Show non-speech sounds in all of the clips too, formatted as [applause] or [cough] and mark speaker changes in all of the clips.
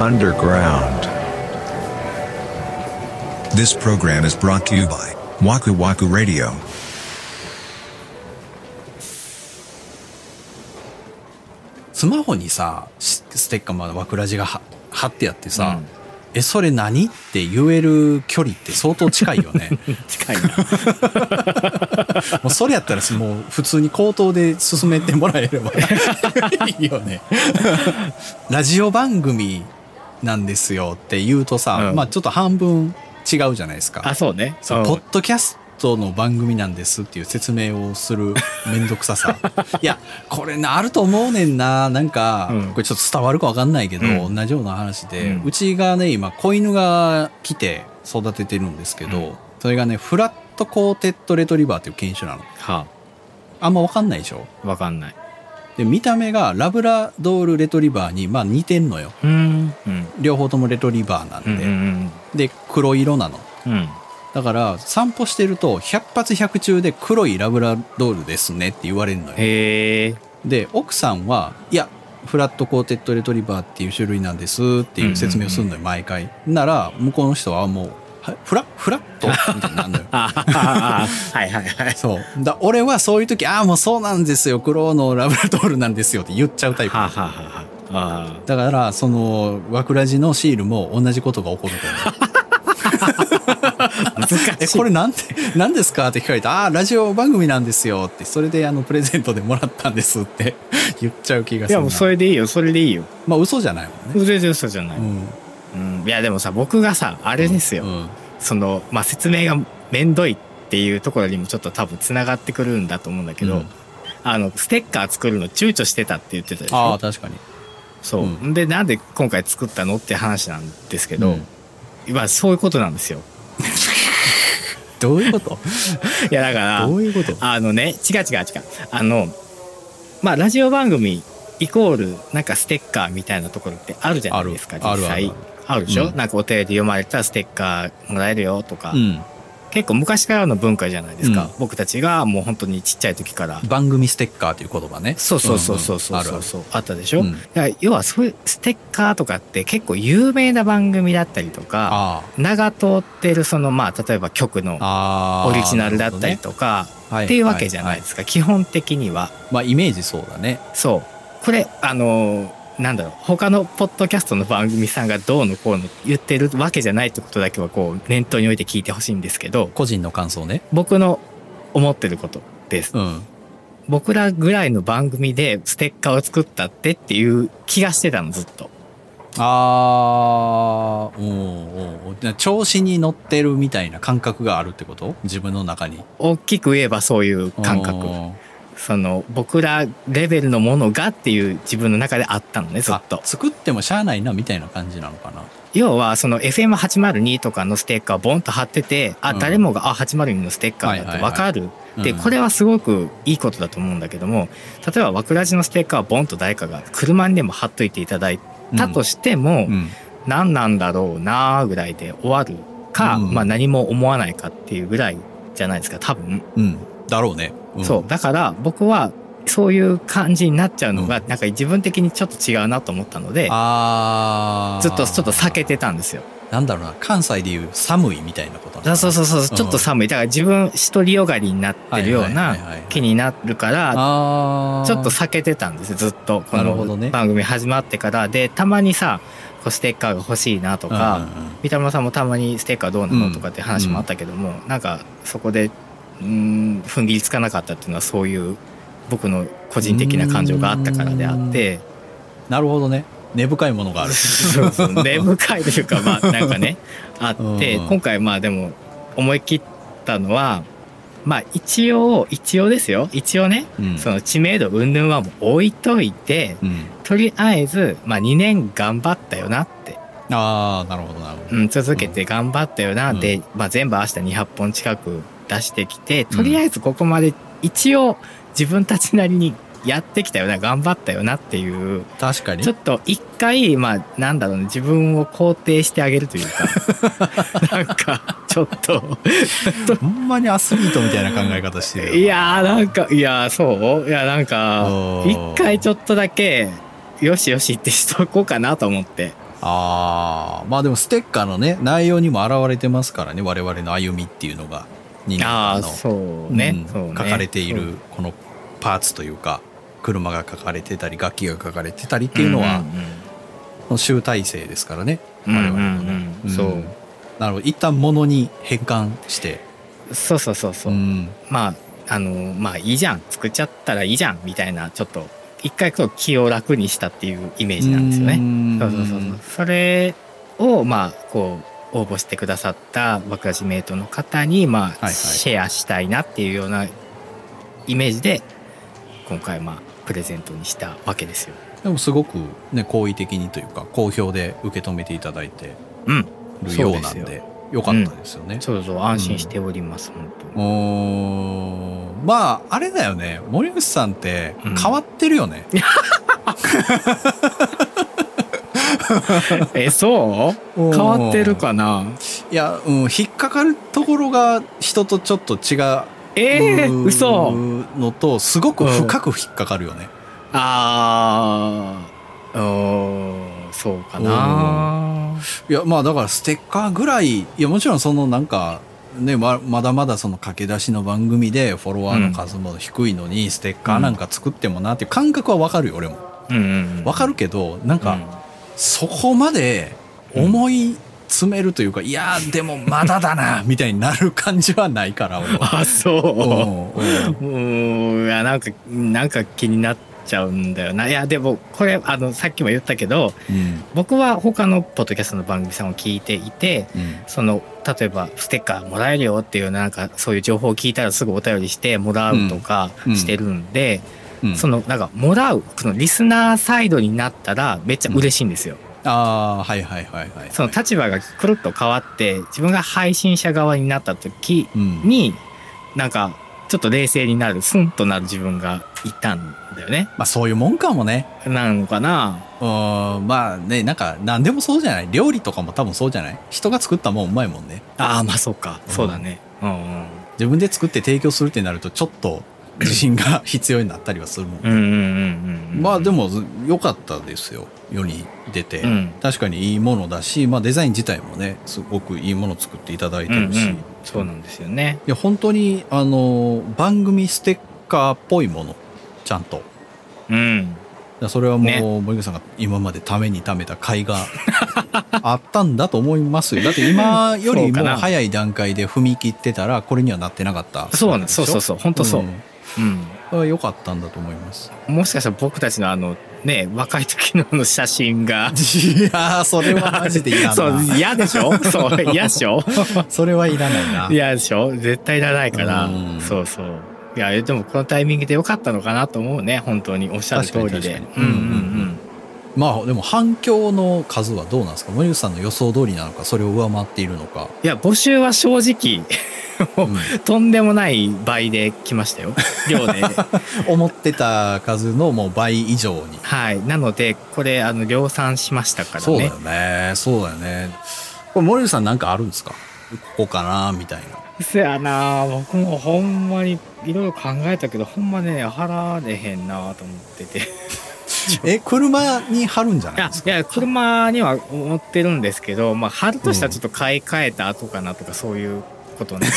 Speaker 1: underground.
Speaker 2: This program is brought to you by Waku Waku Radio.
Speaker 3: スマホにさスステッカーまだ枠ラジがは貼ってやってさ、えそれ何って言える距離って相当近いよね
Speaker 4: [laughs] 近いな。
Speaker 3: [laughs] もうそれやったらもう普通に口頭で進めてもらえれば [laughs] いいよねラジオ番組なんですよって言うとさ、
Speaker 4: うん
Speaker 3: まあちょっと半分違うじゃないですか
Speaker 4: あ、そうね。
Speaker 3: そううんポッドキャストの番組なんですっていう説明をするめんどくさ
Speaker 4: [laughs]
Speaker 3: さいやこれなあると思うねんななんか、
Speaker 4: うん
Speaker 3: これちょっと伝わるか分かんないけど、
Speaker 4: う
Speaker 3: 同じような話で、
Speaker 4: う
Speaker 3: うんちがね今子犬が来て育ててるんですけど、それがねフラットコーテッドレトリバーっていう犬種なの
Speaker 4: は
Speaker 3: あんま分かんないでしょ
Speaker 4: あ、わかんない。
Speaker 3: で見た目がラブラドールレトリバーにまあ似てんのよ
Speaker 4: うん。うん。
Speaker 3: 両方ともレトリバーなん
Speaker 4: うん。
Speaker 3: で、
Speaker 4: うん
Speaker 3: で黒色なの
Speaker 4: うん。
Speaker 3: だから散歩してると100発100中で黒いラブラドールですねって言われるのよ
Speaker 4: へえ。
Speaker 3: で奥さんはいやフラットコーテッドレトリバーっていう種類なんですっていう説明をするのよ毎回なら向こうの人はもうはフラフラットみたいになるのよ [laughs]
Speaker 4: ああ、 [laughs] はいはいはい。
Speaker 3: そうだ俺はそういう時ああもうそうなんですよ黒のラブラドールなんですよって言っちゃうタイプ
Speaker 4: はあ、はあはあはあ。
Speaker 3: だからその枠ラジのシールも同じことが起こると思う
Speaker 4: ああ、難 [laughs] しい。
Speaker 3: えこれなんて [laughs] 何ですかって聞かれて「ああラジオ番組なんですよ」ってそれであのプレゼントでもらったんですって [laughs] 言っちゃう気が
Speaker 4: い
Speaker 3: する
Speaker 4: や、
Speaker 3: な
Speaker 4: もうそれでいいよ、それでいいよ。
Speaker 3: まあ嘘じゃないもんね、
Speaker 4: 全然嘘じゃない。うん。いや、でもさ、僕がさ、あれですよ。
Speaker 3: うんうん
Speaker 4: その、まあ、説明がめんどいっていうところにもちょっと多分つながってくるんだと思うんだけど、
Speaker 3: うん
Speaker 4: あの、ステッカー作るの躊躇してたって言ってたでし
Speaker 3: ああ
Speaker 4: ょ
Speaker 3: 確かに
Speaker 4: そう、
Speaker 3: う
Speaker 4: で、なんで今回作ったのって話なんですけ
Speaker 3: う
Speaker 4: ど、
Speaker 3: ん
Speaker 4: 今そういうことなんですよ。
Speaker 3: どういうこと
Speaker 4: いや、だから、
Speaker 3: どういうこと
Speaker 4: あのね、違う違う違う。あの、まあ、ラジオ番組イコール、なんかステッカーみたいなところってあるじゃないですか、
Speaker 3: ある
Speaker 4: 実際。
Speaker 3: あるある
Speaker 4: あるでしょ、
Speaker 3: うん
Speaker 4: なんかお手入れで読まれたらステッカーもらえるよとか、
Speaker 3: うん
Speaker 4: 結構昔からの文化じゃないですか、
Speaker 3: うん
Speaker 4: 僕たちがもう本当にちっちゃい時から。
Speaker 3: 番組ステッカーという言葉ね
Speaker 4: そうそうそうそうそ
Speaker 3: ん
Speaker 4: うんそう
Speaker 3: ある
Speaker 4: そうあったでしょ、
Speaker 3: うん
Speaker 4: だから要はそういうステッカーとかって結構有名な番組だったりとか
Speaker 3: あ
Speaker 4: 名が通ってるそのまあ例えば曲の
Speaker 3: あああ
Speaker 4: オリジナルだったり
Speaker 3: なる
Speaker 4: とか、
Speaker 3: ほどね
Speaker 4: っていうわけじゃないですか、基本的には
Speaker 3: はいはいまあイメージそうだね
Speaker 4: そうこれあのーなんだろう他のポッドキャストの番組さんがどうのこうの言ってるわけじゃないってことだけはこう念頭に置いて聞いてほしいんですけど
Speaker 3: 個人の感想ね
Speaker 4: 僕の思ってることです
Speaker 3: うん
Speaker 4: 僕らぐらいの番組でステッカーを作ったってっていう気がしてたのずっと
Speaker 3: ああうんうんうん調子に乗ってるみたいな感覚があるってこと自分の中に
Speaker 4: 大きく言えばそういう感
Speaker 3: あ
Speaker 4: 覚
Speaker 3: ー
Speaker 4: その僕らレベルのものがっていう自分の中であったのねずっと
Speaker 3: あ作ってもしゃあないなみたいな感じなのかな
Speaker 4: 要はその FM802 とかのステッカーをボンと貼ってて
Speaker 3: う
Speaker 4: あ
Speaker 3: ん
Speaker 4: 誰もが「あ802のステッカ
Speaker 3: はい
Speaker 4: ーだ」って
Speaker 3: はいはい
Speaker 4: 分かるで
Speaker 3: うん
Speaker 4: これはすごくいいことだと思うんだけども例えば枠ラジのステッカーをボンと誰かが車にでも貼っといていただいたとしても
Speaker 3: うん
Speaker 4: 何なんだろうなーぐらいで終わるか
Speaker 3: うん
Speaker 4: まあ何も思わないかっていうぐらいじゃないですか多分
Speaker 3: うんだろうね、ん
Speaker 4: そうだから僕はそういう感じになっちゃうのがなんか自分的にちょっと違うなと思ったので
Speaker 3: あー
Speaker 4: ずっとちょっと避けてたんですよ。
Speaker 3: なんだろうな関西でいう寒いみたいなことなのかな
Speaker 4: あそうそうそう、
Speaker 3: ん
Speaker 4: ちょっと寒いだから自分独りよがりになってるよう
Speaker 3: はいはいはい
Speaker 4: な
Speaker 3: はい
Speaker 4: 気になるから
Speaker 3: あー
Speaker 4: ちょっと避けてたんですよずっとこ
Speaker 3: なるほど
Speaker 4: の
Speaker 3: ね
Speaker 4: 番組始まってからでたまにさこうステッカーが欲しいなと
Speaker 3: うん
Speaker 4: か
Speaker 3: うんうん
Speaker 4: 三田村さんもたまにステッカーどうな
Speaker 3: う
Speaker 4: の
Speaker 3: ん
Speaker 4: とかって話もあったけどもなんかそこでうーん踏ん切りつかなかったっていうのはそういう僕の個人的な感情があったからであって
Speaker 3: なるほどね根深いものがある
Speaker 4: そうそう根深いというかまあなんかねあって
Speaker 3: うん
Speaker 4: 今回まあでも思い切ったのはまあ一応一応ですよ一応ね、
Speaker 3: うん
Speaker 4: その知名度云々はもう置いといて
Speaker 3: うん
Speaker 4: とりあえず、まあ、2年頑張ったよなって、
Speaker 3: ああなるほどなるほど
Speaker 4: うん、続けて頑張ったよなって、
Speaker 3: う
Speaker 4: まあ、全部明日200本近く出してきてとりあえずここまで一応自分たちなりにやってきたよな頑張ったよなっていう
Speaker 3: 確かに
Speaker 4: ちょっと一回、まあ、なんだろうね、自分を肯定してあげるとい
Speaker 3: [laughs]
Speaker 4: うか、なんか、ちょっと、
Speaker 3: ほんまにアスリートみたいな考え方してるよ
Speaker 4: [laughs] いやー、なんか、いやー、そういや、なんか
Speaker 3: お、
Speaker 4: 一
Speaker 3: ー
Speaker 4: 回ちょっとだけ、よしよしってしとこうかなと思って。
Speaker 3: ああまあでもステッカーのね内容にも表れてますからね我々の歩みっていうのがに
Speaker 4: ああ
Speaker 3: の
Speaker 4: そうね,、
Speaker 3: うん
Speaker 4: そうね
Speaker 3: 書かれているこのパーツというか車が書かれてたり楽器が書かれてたりっていうのは、の集大成ですからね
Speaker 4: うんうんう
Speaker 3: 我
Speaker 4: ん
Speaker 3: 々のね
Speaker 4: うんそう
Speaker 3: なるほど一旦物に変換して
Speaker 4: そうそうそうそう、
Speaker 3: ん
Speaker 4: まああのまあいいじゃん作っちゃったらいいじゃんみたいなちょっと一回こう気を楽にしたっていうイメージなんですよね。そうそうそうそうそれをまあこう応募してくださった僕らジメイトの方にまあ、
Speaker 3: はい
Speaker 4: シェアしたいなっていうようなイメージで今回まあプレゼントにしたわけですよ。
Speaker 3: でもすごくね好意的にというか好評で受け止めていただいて
Speaker 4: うん、
Speaker 3: るような
Speaker 4: そ
Speaker 3: ん
Speaker 4: うです
Speaker 3: でよかったですよね、
Speaker 4: そうそう安心しております、本
Speaker 3: [laughs]
Speaker 4: 当に。
Speaker 3: おーまああれだよね森口さんって
Speaker 4: うん
Speaker 3: 変わってるよね、
Speaker 4: えそう変わってるかない
Speaker 3: や、うん、引っかかるところが人とちょっと違う
Speaker 4: えー、嘘
Speaker 3: のとすごく深く引っかかるよね、
Speaker 4: あーうーんそうかな、
Speaker 3: いやまあだからステッカーぐらいいやもちろんそのなんかねままだまだその駆け出しの番組でフォロワーの数も低いのにステッカーなんか作ってもなっていう感覚はわかるよ俺も
Speaker 4: うんうんうん、
Speaker 3: わかるけどなんか、そこまで思い詰めるというか、いやーでもまだだなみたいになる感じはないから俺
Speaker 4: [laughs]
Speaker 3: は。
Speaker 4: あそうううんいやなんかなんか気になっちゃうんだよないやでもこれあのさっきも言ったけど
Speaker 3: ん
Speaker 4: 僕は他のポッドキャストの番組さんを聞いていて
Speaker 3: うん
Speaker 4: その例えばステッカーもらえるよっていうなんかそういう情報を聞いたらすぐお便りしてもらうとか
Speaker 3: うんうん
Speaker 4: してるんで、
Speaker 3: うん
Speaker 4: そのなんかもらうそのリスナーサイドになったらめっちゃ嬉しいんですよ。
Speaker 3: ああはいはいはいはい。
Speaker 4: その立場がくるっと変わって自分が配信者側になった時
Speaker 3: うん
Speaker 4: になんかちょっと冷静になるスンとなる自分がいたんだよね。
Speaker 3: まあそういうもんかもね。
Speaker 4: なのかな
Speaker 3: うんまあねなんか何でもそうじゃない料理とかも多分そうじゃない人が作ったもんうまいもんね。
Speaker 4: ああまあそうか、そうだね。うん
Speaker 3: 自分で作って提供するってなるとちょっと自信が必要になったりはするもん。
Speaker 4: うんうんうんうんうん。
Speaker 3: まあで
Speaker 4: も、
Speaker 3: も良かったですよ世に出て。
Speaker 4: うん
Speaker 3: 確かにいいものだし、まあ、デザイン自体もねすごくいいもの作っていただいて
Speaker 4: うんう
Speaker 3: るし、い
Speaker 4: ん、そうなんですよね。
Speaker 3: や本当にあの番組ステッカーっぽいものちゃんとだか
Speaker 4: うん。
Speaker 3: らそれはもう、
Speaker 4: ね
Speaker 3: 森口さんが今までためにためた甲斐が [laughs] あったんだと思いますよだって今よ
Speaker 4: そ
Speaker 3: り
Speaker 4: うか
Speaker 3: も
Speaker 4: な
Speaker 3: 早い段階で踏み切ってたらこれにはなってなかった
Speaker 4: そうなんです。そうそう
Speaker 3: そ
Speaker 4: そう。本当そう。
Speaker 3: ん
Speaker 4: うん
Speaker 3: これは良かったんだと思います
Speaker 4: もしかしたら僕たちのあのね若い時のあの写
Speaker 3: [laughs]
Speaker 4: 真が
Speaker 3: いやーそれはマジでいら
Speaker 4: そ
Speaker 3: な
Speaker 4: う
Speaker 3: い
Speaker 4: 嫌で
Speaker 3: [laughs]
Speaker 4: しょそう嫌でしょ
Speaker 3: それはいらないな
Speaker 4: 嫌でしょ絶対いらないから
Speaker 3: うん
Speaker 4: そうそういやでもこのタイミングでよかったのかなと思うね本当におっしゃる通りで
Speaker 3: 確か
Speaker 4: う
Speaker 3: に確か
Speaker 4: んう
Speaker 3: に
Speaker 4: ん
Speaker 3: まあでも反響の数はどうなんですか森口さんの予想通りなのかそれを上回っているのか、
Speaker 4: いや募集は正
Speaker 3: [laughs]
Speaker 4: 直
Speaker 3: うん
Speaker 4: とんでもない倍で来ましたよ量
Speaker 3: [laughs]
Speaker 4: で
Speaker 3: 思ってた数のもう倍以上に
Speaker 4: はいなのでこれあの量産しましたから
Speaker 3: そうだ
Speaker 4: ね
Speaker 3: よねそうだよねこれ森口さんなんかあるんですかここかなみたいな
Speaker 4: そやな僕もほんまにいろいろ考えたけどほんまね払れへんなと思ってて
Speaker 3: え車に貼るんじゃ
Speaker 4: い
Speaker 3: ない
Speaker 4: や
Speaker 3: ですか
Speaker 4: いや車には乗ってるんですけど、まあ、春としたらちょっと買い替えた後かなとかそういうことなので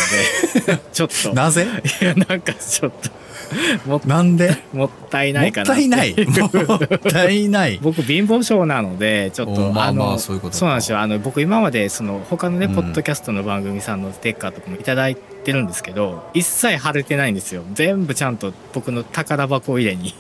Speaker 4: ちょっと
Speaker 3: なぜ
Speaker 4: いやなんかちょっとも
Speaker 3: なんで
Speaker 4: もったい
Speaker 3: も
Speaker 4: ない
Speaker 3: っ
Speaker 4: かな
Speaker 3: たい [laughs] ないもったいない
Speaker 4: 僕貧乏症なのでちょっ
Speaker 3: お
Speaker 4: と
Speaker 3: まあまあ
Speaker 4: の
Speaker 3: そういうことか
Speaker 4: そうなんですよあの僕今までその他のね、
Speaker 3: うん
Speaker 4: ポッドキャストの番組さんのステッカーとかもいただいてるんですけど一切貼れてないんですよ全部ちゃんと僕の宝箱入れに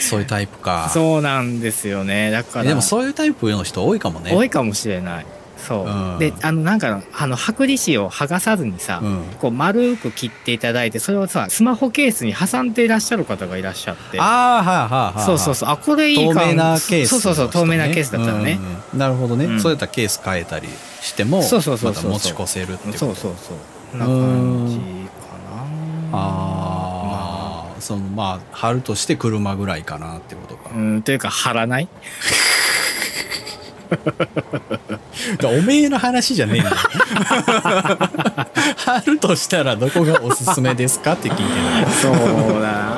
Speaker 3: そういうタイプか
Speaker 4: そうなんですよねだから
Speaker 3: でもそういうタイプの人多いかもね
Speaker 4: 多いかもしれないそう、
Speaker 3: うん
Speaker 4: であのなんかあの剥離紙を剥がさずにさ、
Speaker 3: うん
Speaker 4: こう丸く切っていただいてそれをさスマホケースに挟んでいらっしゃる方がいらっしゃって
Speaker 3: ああはいはいはいはい
Speaker 4: そうそうそうあこれいい
Speaker 3: 透
Speaker 4: か
Speaker 3: 明なケース
Speaker 4: そ
Speaker 3: の人ね、
Speaker 4: うそうそう透明なケースだったらね、
Speaker 3: うんなるほどね、
Speaker 4: うん
Speaker 3: そういったらケース変えたりしても
Speaker 4: そうそうそうそうそう
Speaker 3: また持ち越せるっていう
Speaker 4: そうそうそうこんな感じかな
Speaker 3: ああ、そのまあ貼るとして車ぐらいかなってことか
Speaker 4: まあ、うんというか貼らない
Speaker 3: だおめえの話じゃねえんだよ [laughs] 貼るとしたらどこがおすすめですかって聞いてる
Speaker 4: そうだな